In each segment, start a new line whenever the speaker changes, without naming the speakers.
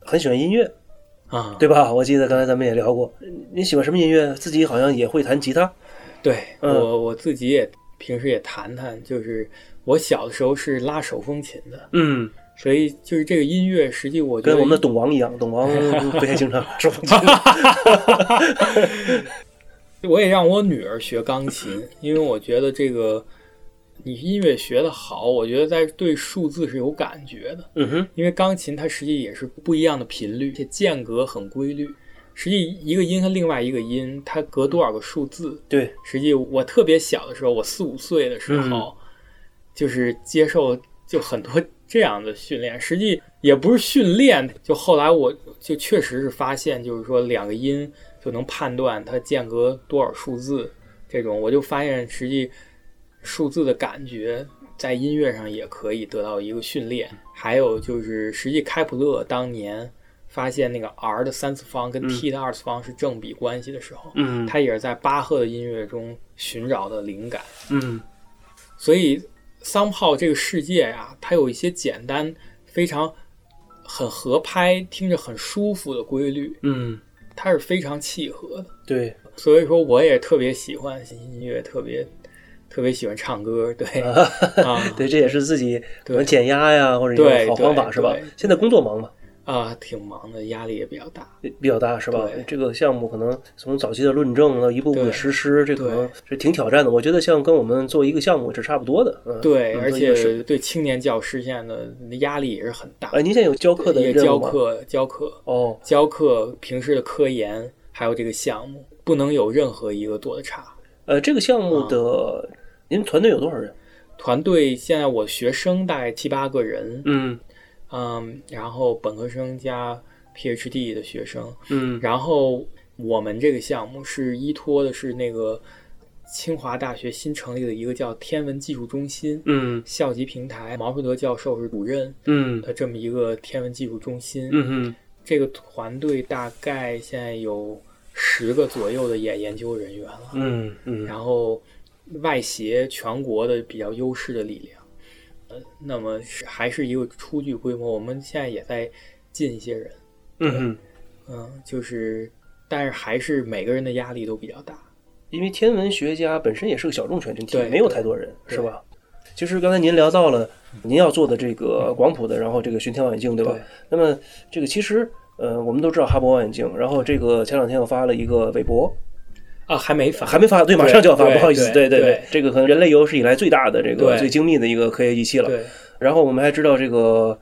很喜欢音乐，
啊，
对吧？我记得刚才咱们也聊过，你喜欢什么音乐？自己好像也会弹吉他。
对
嗯
我我自己也平时也弹弹，就是我小的时候是拉手风琴的，
嗯，
所以就是这个音乐，实际我觉得
跟我们的董王一样，董王不太经常说。
我也让我女儿学钢琴，因为我觉得这个你音乐学的好，我觉得在对数字是有感觉的，
嗯哼，
因为钢琴它实际也是不一样的频率，且间隔很规律。实际一个音和另外一个音，它隔多少个数字，
对，
实际我特别小的时候，我四五岁的时候，就是接受就很多这样的训练，实际也不是训练，就后来我就确实是发现，就是说两个音就能判断它间隔多少数字，这种我就发现实际数字的感觉。在音乐上也可以得到一个训练，还有就是，实际开普勒当年发现那个 R 的三次方跟 T 的二次方是正比关系的时候，
嗯
他也是在巴赫的音乐中寻找的灵感。
嗯
所以，somehow 这个世界呀、它有一些简单、非常很合拍、听着很舒服的规律，
嗯，
它是非常契合的。
对，
所以说，我也特别喜欢音乐，特别特别喜欢唱歌， 对啊。
对，这也是自己可能
对
减压呀，或者一
对
个好方法
对
是吧
对？
现在工作忙嘛，
啊，挺忙的，压力也比较大。
比较大是吧
对？
这个项目可能从早期的论证到一步步的
对
实施，这可能是挺挑战的。我觉得像跟我们做一个项目是差不多的，嗯，
对，
嗯
而
做一个是
且对青年教师现在的压力也是很大
哎，，您现在有教课的
也
任
教
务吗？
课教课，
哦，
教课、平时的科研，还有这个项目，不能有任何一个做的差。
呃，这个项
啊
目的您团队有多少人？
团队现在我学生大概七八个人，
嗯
嗯，然后本科生加 PhD 的学生，
嗯
然后我们这个项目是依托的是那个清华大学新成立的一个叫天文技术中心
嗯
校级平台，毛树德教授是主任呃
嗯
的这么一个天文技术中心，
嗯
这个团队大概现在有十个左右的研研究人员了，
嗯嗯
然后外协全国的比较优势的力量，呃，那么是还是一个初具规模。我们现在也在进一些人，
嗯，
嗯，就是，但是还是每个人的压力都比较大。
因为天文学家本身也是个小众群体，
对
没有太多人，
对
是吧？其实刚才您聊到了您要做的这个广谱的，然后这个巡天望远镜，对吧？
嗯对
那么这个其实呃，我们都知道哈勃望远镜，然后这个前两天我发了一个韦伯，
啊，还没反
还没发，对，马上就要发，
对
不好意思，
对
对
对
对，这个可能人类有史以来最大的这个
对
最精密的一个科学仪器了。
对
然后我们还知道这个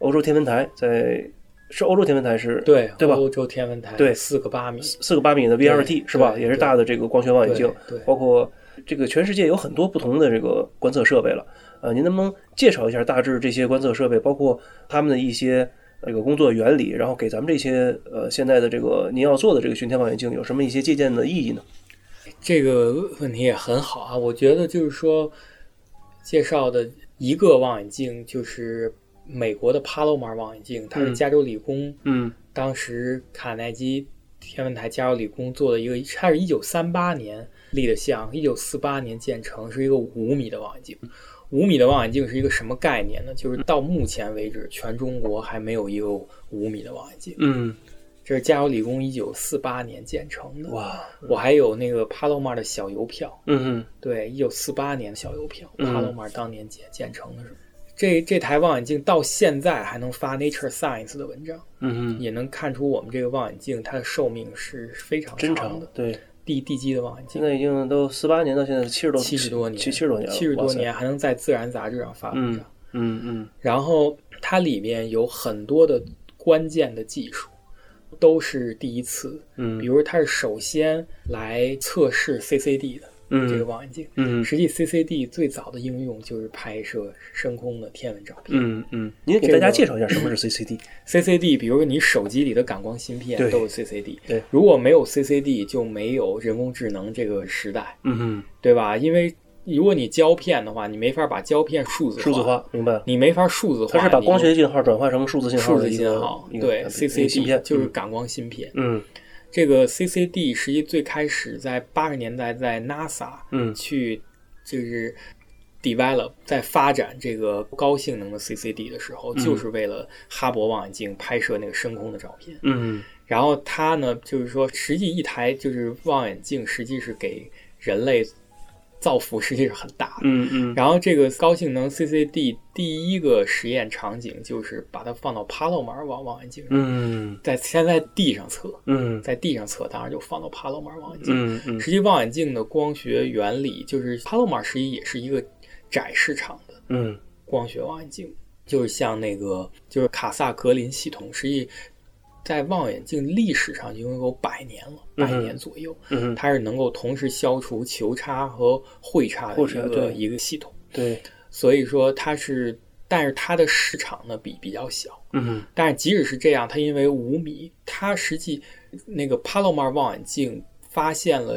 欧洲天文台在是欧洲天文台是
对
对吧
欧洲天文台
对
四个八米，
四个八米的 VLT
对
是吧？
对
也是大的这个光学望远镜
对对，
包括这个全世界有很多不同的这个观测设备了。呃，您能不能介绍一下大致这些观测设备，包括他们的一些呃这个工作原理，然后给咱们这些呃现在的这个您要做的这个巡天望远镜有什么一些借鉴的意义呢？
这个问题也很好啊，我觉得就是说，介绍的一个望远镜就是美国的帕洛马望远镜，它是
嗯
加州理工、
嗯
当时卡耐基天文台加州理工做的一个，它是一九三八年立的项，一九四八年建成，是一个五米的望远镜。五米的望远镜是一个什么概念呢？就是到目前为止，全中国还没有一个五米的望远镜。
嗯，
这是加州理工一九四八年建成的。
哇，
我还有那个帕洛马的小邮票，
嗯
对，一九四八年的小邮票，
嗯
帕洛马当年建建成的时候，这这台望远镜到现在还能发 Nature Science 的文章，
嗯嗯，
也能看出我们这个望远镜它的寿命是非常
真
长
长
的，
对，
地地基的望远
现
镜，
在已经都四八年到现在七十多
七十多年，
七七十多年了，
七十
哇
多
塞，
年还能在《自然》杂志上发文章。
嗯嗯
然后它里面有很多的关键的技术，都是第一次，
嗯
比如它是首先来测试 CCD 的，
嗯
这个望远镜。
嗯
实际 CCD 最早的应用就是拍摄升空的天文照片。
嗯嗯，您给大家介绍一下什么是 CCD？
CCD，比如说你手机里的感光芯片
对
都有 CCD，
对
如果没有 CCD 就没有人工智能这个时代，
嗯
对吧？因为如果你胶片的话，你没法把胶片数
嗯，
字
数字化，明白了。
你没法数字化，
它是把
你
光
就
学信号转化成数字信号
数
的
字
一
信
个
号，
一个呃一
对
个芯
CCD
片，
就是
嗯
感光芯片。
嗯
这个 CCD 实际最开始在八十年代在 NASA
嗯
去就是 develop 在发展这个高性能的 CCD 的时候，
嗯
就是为了哈勃望远镜拍摄那个升空的照片。
嗯
然后它呢，就是说，实际一台就是望远镜，实际是给人类造福实际是很大的。
嗯嗯
然后这个高性能 CCD 第一个实验场景就是把它放到帕洛马尔望望远镜上，
嗯
在先在地上测，
嗯
在地上测，当然就放到帕洛马尔望远镜。
嗯嗯
实际望远镜的光学原理就是帕洛马实际也是一个窄市场的
嗯
光学望远镜，就是像那个就是卡萨格林系统，实际在望远镜历史上已经有百年了，
嗯
百
哼
年左右，
嗯，
它是能够同时消除球差和会差的
会
一
差
个
对
一个系统，
对，
所以说它是，但是它的市场呢比比较小。
嗯
但是即使是这样，它因为五米，它实际那个帕洛马望远镜发现了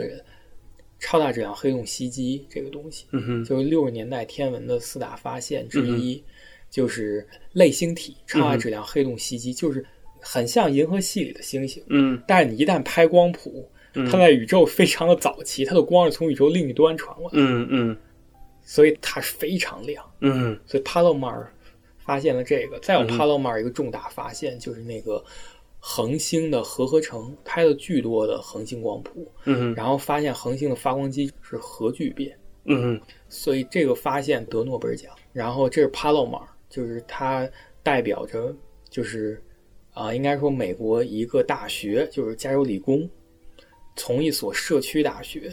超大质量黑洞袭击这个东西，
嗯哼
就是六十年代天文的四大发现
嗯
之一，就是类星体超大质量黑洞袭击，就是很像银河系里的星星，
嗯
但是你一旦拍光谱，
嗯
它在宇宙非常的早期，它的光是从宇宙另一端传过来，
嗯嗯
所以它是非常亮。
嗯
所以帕洛马尔发现了这个。再有
嗯
帕洛马尔一个重大发现，就是那个恒星的核合成，拍了巨多的恒星光谱，
嗯
然后发现恒星的发光机是核聚变，
嗯
所以这个发现得诺贝尔奖。然后这是帕洛马尔，就是它代表着就是啊、应该说美国一个大学，就是加州理工，从一所社区大学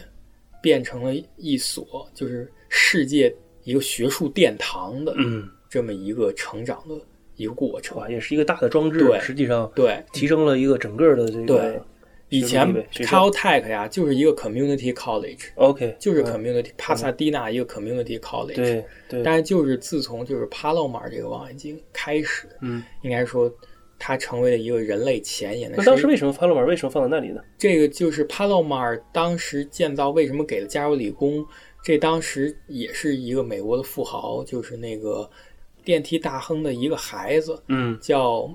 变成了一所就是世界一个学术殿堂的
嗯，
这么一个成长的一个过程。
哇，也是一个大的装置，
对
实际上
对，
提升了一个整个的这
对
个
以前
学校嗯
Caltech 呀，就是一个 community college，
OK，
就是 community、帕萨蒂纳一个 community college。
对对，
但是就是自从就是帕洛马这个望远镜开始，
嗯，
应该说它成为了一个人类前沿的
那
实
当
验。
时为什么法洛马为什么放在那里呢？
这个就是帕洛马尔当时建造，为什么给了加州理工？这当时也是一个美国的富豪，就是那个电梯大亨的一个孩子，
嗯
叫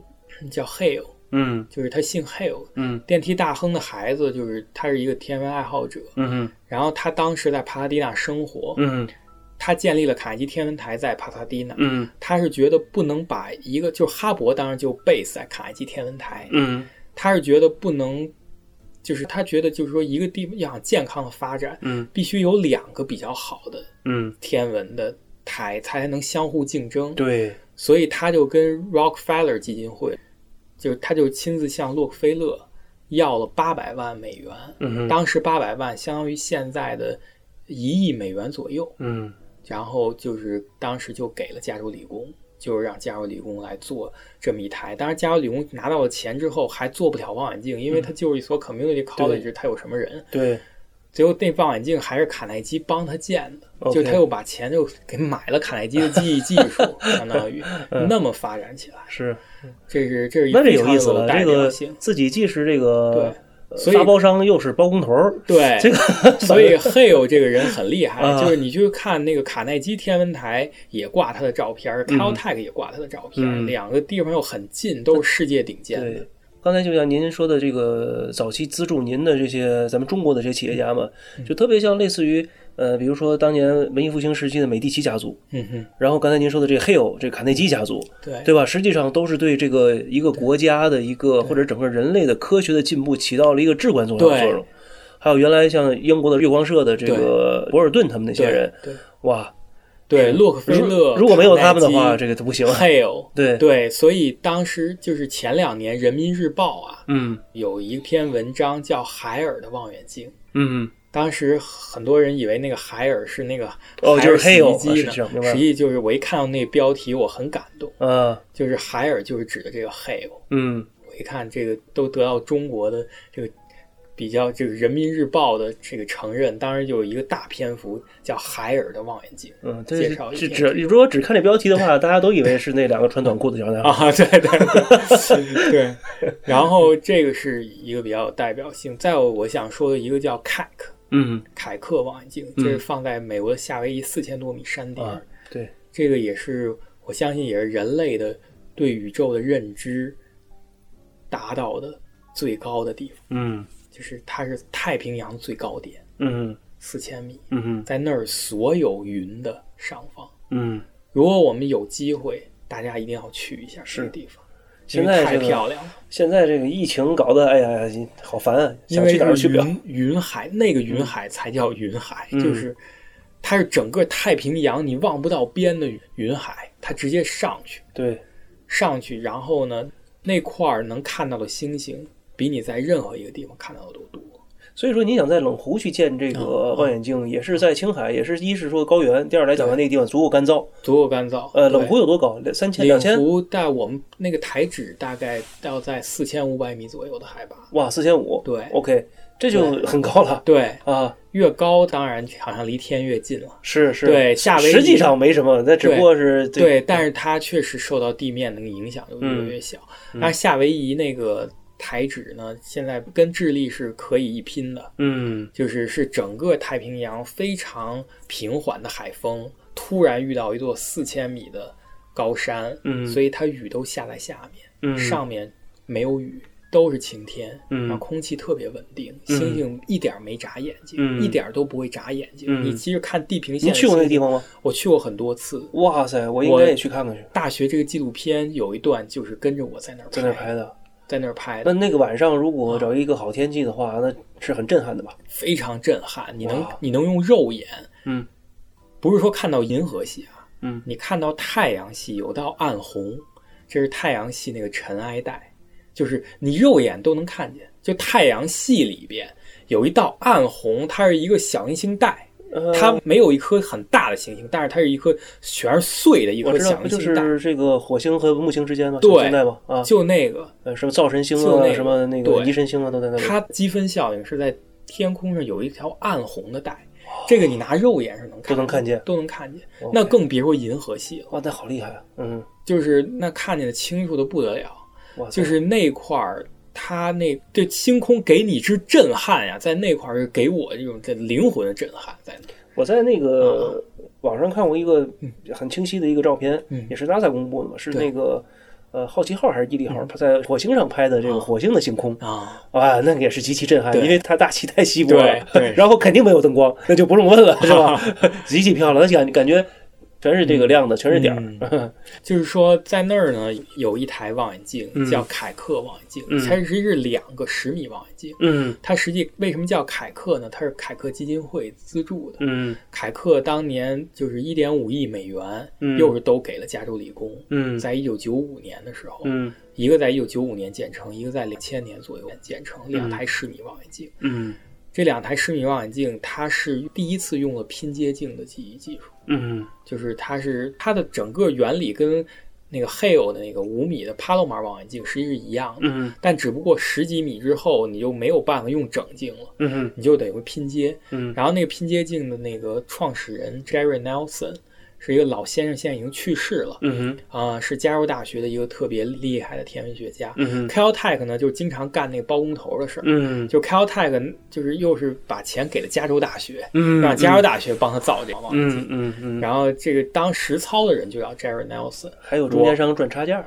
叫 Hale，
嗯
就是他姓 Hale，
嗯
电梯大亨的孩子，就是他是一个天文爱好者，
嗯
然后他当时在帕萨迪纳生活，
嗯
他建立了卡耐基天文台在帕萨迪纳，
嗯
他是觉得不能把一个就是哈勃当然就 base 在卡耐基天文台，
嗯
他是觉得不能，就是他觉得就是说一个地方要想健康的发展，
嗯
必须有两个比较好的
嗯，
天文的台才能相互竞争，
对，
所以他就跟 Rockefeller 基金会，就是他就亲自向洛克菲勒要了八百万美元，
嗯哼
当时八百万相当于现在的一亿美元左右，
嗯
然后就是当时就给了加州理工，就是让加州理工来做这么一台。当然，加州理工拿到了钱之后还做不了望远镜，因
嗯
为它就是一所 community college，它有什么人？
对，
结果那望远镜还是卡耐基帮他建的
OK
就他又把钱又给买了卡耐基的记忆技术，相 当于那么发展起来。
是
这是这是
嗯那这
非
有
常
意思
有
了，
代
这
表
个
性。
自己既是这个呃
所以
发包商，又是包工头 儿，
对，
这个
所 以 Hale 这个人很厉害，
啊
就是你去看那个卡耐基天文台也挂他的照片儿、c a l t e c 也挂他的照片儿，
嗯
两个地方又很近，都是世界顶尖的
对。，刚才就像您说的，这个早期资助您的这些咱们中国的这些企业家们，
嗯
就特别像类似于呃，比如说当年文艺复兴时期的美第奇家族，
嗯哼，
然后刚才您说的这个 Hale 这个卡内基家族，
对
对吧？实际上都是对这个一个国家的一个或者整个人类的科学的进步起到了一个至关重要的
对
作用。还有原来像英国的月光社的这个博尔顿他们那些人，
对
哇，
对，洛克菲
如
勒
如果没有他们的
卡
话，
耐基
这个都不行。
Hale
对，
对，所以当时就是前两年《人民日报》啊，
嗯
有一篇文章叫《海尔的望远镜》。
嗯
当时很多人以为那个海尔是那个
哦
海尔
就是
洗衣
Hale，
机
啊是这样明
呢，
白了
实际就是我一看到那标题，我很感动。
啊
就是海尔就是指的这个 Hale。
嗯
我一看这个都得到中国的这个比较这个《人民日报》的这个承认，当然有一个大篇幅叫海尔的望远镜，
嗯，
介
对
绍，一
只
遍
只如果只看这标题的话，大家都以为是那两个穿短裤的小 男孩。
啊，对对对 对，然后这个是一个比较有代表性。再有，我想说的一个叫凯克
嗯
凯克望远镜，这是放在美国的夏威夷四千多米山顶儿，
啊，对，
这个也是我相信也是人类的对宇宙的认知达到的最高的地方，
嗯
就是它是太平洋最高点
嗯
四千米，
嗯
在那儿所有云的上方。
嗯，
如果我们有机会，大家一定要去一下这个
是
地方，
现
因为
在
太
这个
漂亮了。
现在这个疫情搞得，哎呀，呀，好烦啊！
因
想去
为
哪儿都
是
去不了。
云云海，那个云海才叫云海，
嗯
就是它是整个太平洋你望不到边的云海，它直接上去
对，
上去，然后呢，那块儿能看到的星星比你在任何一个地方看到的都多。
所以说你想在冷湖去建这个
嗯
望远镜，也是在青海，也是一是说高原，第二来讲的那个地方足够干燥。
足够干燥。
呃，
对
冷湖有多高？两三千、两
令
千？
湖在我们那个台址大概要在四千五百米左右的海拔。
哇，四千五。
对
，OK，这就很高了
对，
啊。
越高当然好像离天越近了。
是是，
对夏威夷
实际上没什么，那只不过是
对，但是它确实受到地面的影响就越
嗯
来越小。但是夏威夷那个台址呢，现在跟智利是可以一拼的，
嗯
就是是整个太平洋非常平缓的海风，突然遇到一座四千米的高山，
嗯
所以它雨都下在下面，
嗯
上面没有雨。都是晴天，
嗯
然后空气特别稳定，
嗯
星星一点儿没眨眼睛，
嗯
一点儿都不会眨眼睛。
嗯
你其实看地平线，
您去过那个地？方吗？
我去过很多次，
哇塞，我应该
我
也去看看去，
大学这个纪录片有一段就是跟着我在那儿
在那儿拍的。
在那儿拍
那
的，
那个晚上如
啊
果找一个好天气的话，那是很震撼的吧？
非常震撼。你能
哇哦
你能用肉眼，
嗯，
不是说看到银河系啊，
嗯
你看到太阳系有道暗红，这是太阳系那个尘埃带，就是你肉眼都能看见。就太阳系里边有一道暗红，它是一个小行星带，
呃
它没有一颗很大的行星，但是它是一颗全是碎的一
我
颗
知道，
小
不
行
就
星带，
是这个火星和木星之间吗？
对
小星带吗？啊，
就那个
呃什么灶神星
就那
啊，
个
什么那个
对
尼神星啊，都在那里。
它积分效应是在天空上有一条暗红的带，这个你拿肉眼是能
都能看见
都能看见
OK。
那更别说银河系了，
哇，那好厉害啊！嗯，
就是那看见的清楚的不得了，
哇塞，
就是那块儿。它那对星空给你之震撼呀，在那块儿是给我这种这灵魂的震撼在那。
我在那个网上看过一个很清晰的一个照片，
啊嗯
也是 NASA 公布的嘛，是
对嗯
那个呃好奇号还是毅力号，它在火星上拍的这个火星的星空。
啊，
哇，那个也是极其震撼，
对
因为它大气太稀薄了，
对对
然后肯定没有灯光，那就不用问 了，是吧？极其漂亮，那感感觉全是这
嗯
个亮的，全是点儿。
就是说在那儿呢，有一台望远镜
嗯
叫凯克望远镜，
嗯
它实际是两个十米望远镜。
嗯
它实际为什么叫凯克呢？它是凯克基金会资助的。
嗯
凯克当年就是一点五亿美元，
嗯
又是都给了加州理工。
嗯
在一九九五年的时候，
嗯
一个在一九九五年建成，一个在两千年左右建成，两台十米望远镜。
嗯
这两台十米望远镜，它是第一次用了拼接镜的记忆技术，
嗯
就是它是它的整个原理跟那个 Hale 的那个五米的帕洛马望远镜实际是一样的，
嗯
但只不过十几米之后你就没有办法用整镜了。
嗯
你就得会拼接。
嗯
然后那个拼接镜的那个创始人 Jerry Nelson 是一个老先生，现在已经去世了
嗯
啊、是加州大学的一个特别厉害的天文学家。
嗯
Caltech 呢，就经常干那个包工头的事儿。
嗯
就 Caltech 就是又是把钱给了加州大学，
嗯
让加州大学帮他造这个望远镜。
嗯嗯嗯，
然后这个当实操的人就叫 Jerry Nelson。
还有中间商赚差价。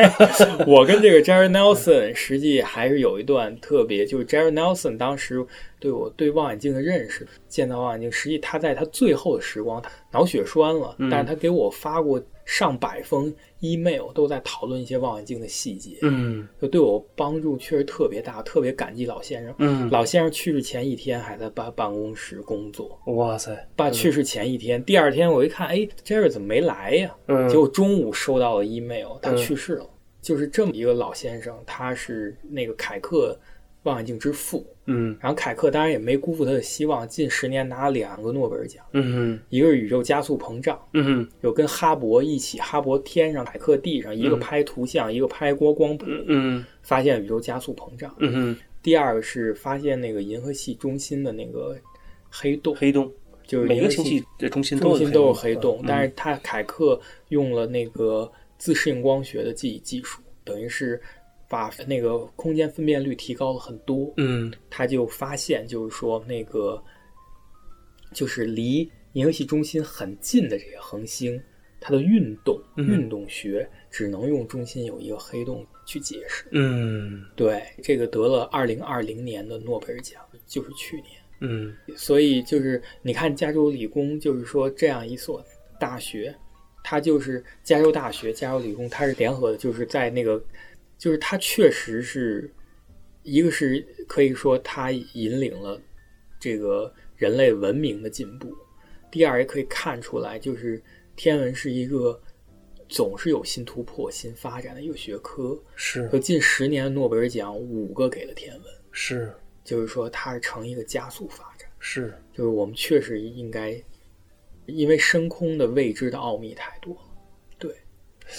我跟这个 Jerry Nelson 实际还是有一段特别，就是 Jerry Nelson 当时对我对望远镜的认识，见到望远镜，实际他在他最后的时光，他脑血栓了，
嗯
但是他给我发过上百封 email，都在讨论一些望远镜的细节，
嗯
就对我帮助确实特别大，特别感激老先生。
嗯，
老先生去世前一天还在办办公室工作，
哇塞，
爸去世前一天，第二天我一看，哎，Jerry 怎么没来呀？
嗯
结果中午收到了 email，他
嗯
去世了。就是这么一个老先生，他是那个凯克望远镜之父。
嗯
然后凯克当然也没辜负他的希望，近十年拿了两个诺贝尔奖，
嗯
一个是宇宙加速膨胀，
嗯
有跟哈勃一起，哈勃天上，凯克地上，一个拍图像，一个拍光光谱，
嗯嗯
发现宇宙加速膨胀。
嗯
第二个是发现那个银河系中心的那个黑洞，
黑洞
就是
每
银河
个星系的嗯中心
中
有
心都有
黑嗯
黑洞，但
是
是他凯克用了那个自适应光学的记忆技术，等于是把那个空间分辨率提高了很多。
嗯
他就发现，就是说那个就是离银河系中心很近的这些恒星，它的运动
嗯
运动学只能用中心有一个黑洞去解释。
嗯
对，这个得了二零二零年的诺贝尔奖，就是去年。
嗯
所以就是你看加州理工，就是说这样一所大学，它就是加州大学、加州理工，它是联合的，就是在那个，就是它确实是一个是可以说它引领了这个人类文明的进步，第二也可以看出来，就是天文是一个总是有新突破、新发展的一个学科。
是
就近十年的诺贝尔奖，五个给了天文，
是
就是说它是呈一个加速发展。
是
就是我们确实应该，因为深空的未知的奥秘太多了，对，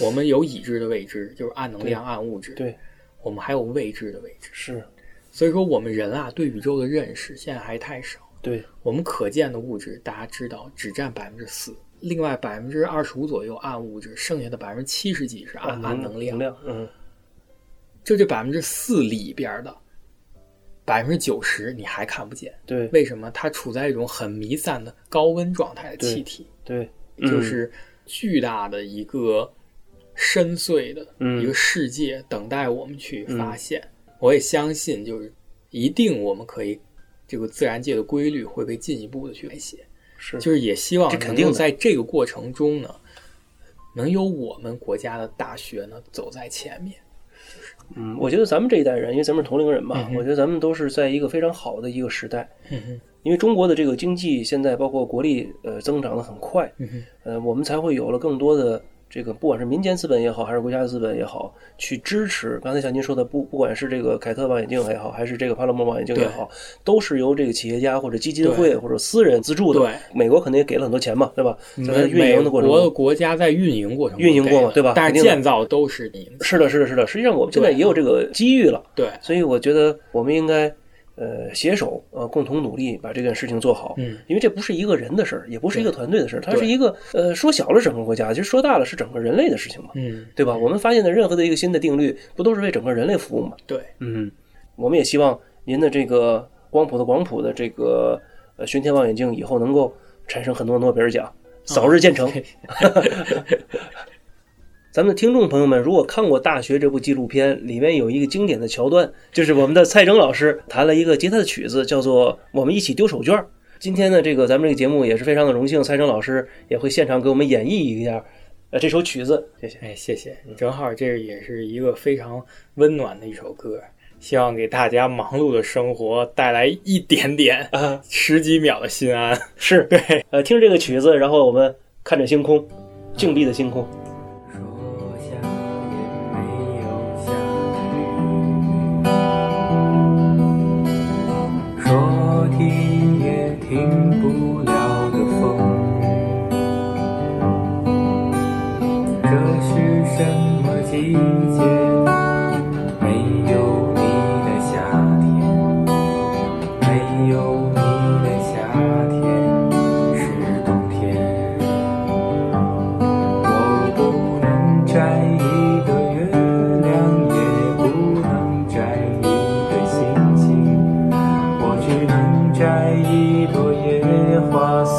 我们有已知的未知，就是暗能量、暗物质，
对
我们还有未知的未知，
是
所以说我们人啊对宇宙的认识现在还太少，
对
我们可见的物质大家知道只占百分之四，另外百分之二十五左右暗物质，剩下的百分之七十几是暗暗能量，
量嗯
就这百分之四里边的百分之九十你还看不见，
对
为什么？它处在一种很弥散的高温状态的
对
气体。
对嗯
就是巨大的一个深邃的
嗯
一个世界等待我们去发现。我也相信，就是一定我们可以，这个自然界的规律会被进一步的去改写。
是
就是也希望
这肯
能
定
够
的
在这个过程中呢，能有我们国家的大学呢走在前面。
嗯，我觉得咱们这一代人，因为咱们是同龄人嘛
嗯，哼
我觉得咱们都是在一个非常好的一个时代。
嗯哼，
因为中国的这个经济现在包括国力呃增长的很快，
嗯哼，
呃，我们才会有了更多的这个不管是民间资本也好，还是国家资本也好，去支持。刚才像您说的，不不管是这个凯特望远镜也好，还是这个帕洛莫望远镜也好，都是由这个企业家或者基金会或者私人资助的。
对，
美国肯定也给了很多钱嘛，对吧？在它
美
运营的过程
美国的
中。
国家在运营过程中
运营过嘛
给的
对吧
但
肯定
是
的
建造都是民营企业。
是的，是的，是的。实际上，我们现在
对
也有这个机遇了。
对，
所以我觉得我们应该呃携手呃共同努力把这件事情做好。
嗯，
因为这不是一个人的事儿，也不是一个团队的事儿，它
对
是一个呃说小了整个国家，其实说大了是整个人类的事情嘛，
嗯，
对吧？我们发现的任何的一个新的定律，不都是为整个人类服务嘛？
对，
嗯，我们也希望您的这个光谱的广谱的这个呃巡天望远镜以后能够产生很多诺贝尔奖，早日建成。 咱们的听众朋友们，如果看过《大学》这部纪录片，里面有一个经典的桥段，就是我们的蔡征老师弹了一个吉他的曲子，叫做《我们一起丢手绢》。今天呢，这个咱们这个节目也是非常的荣幸，蔡征老师也会现场给我们演绎一下，呃，这首曲子。谢谢。
哎，谢谢，正好这也是一个非常温暖的一首歌，希望给大家忙碌的生活带来一点点
啊，
十几秒的心安。
是对，呃，听着这个曲子，然后我们看着星空，静谧的星空。
说下也没有下雨，说停也停不了的风，这是什么季节？没有你的夏天，没有你的夏天是冬天。我不能摘一个月亮，也不能摘一个星星，我只能摘一朵野花送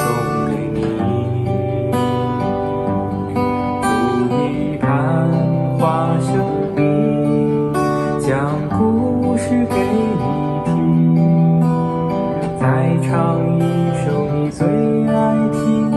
给你。煮一盘花生米，讲故事给你听。再唱一首你最爱听啊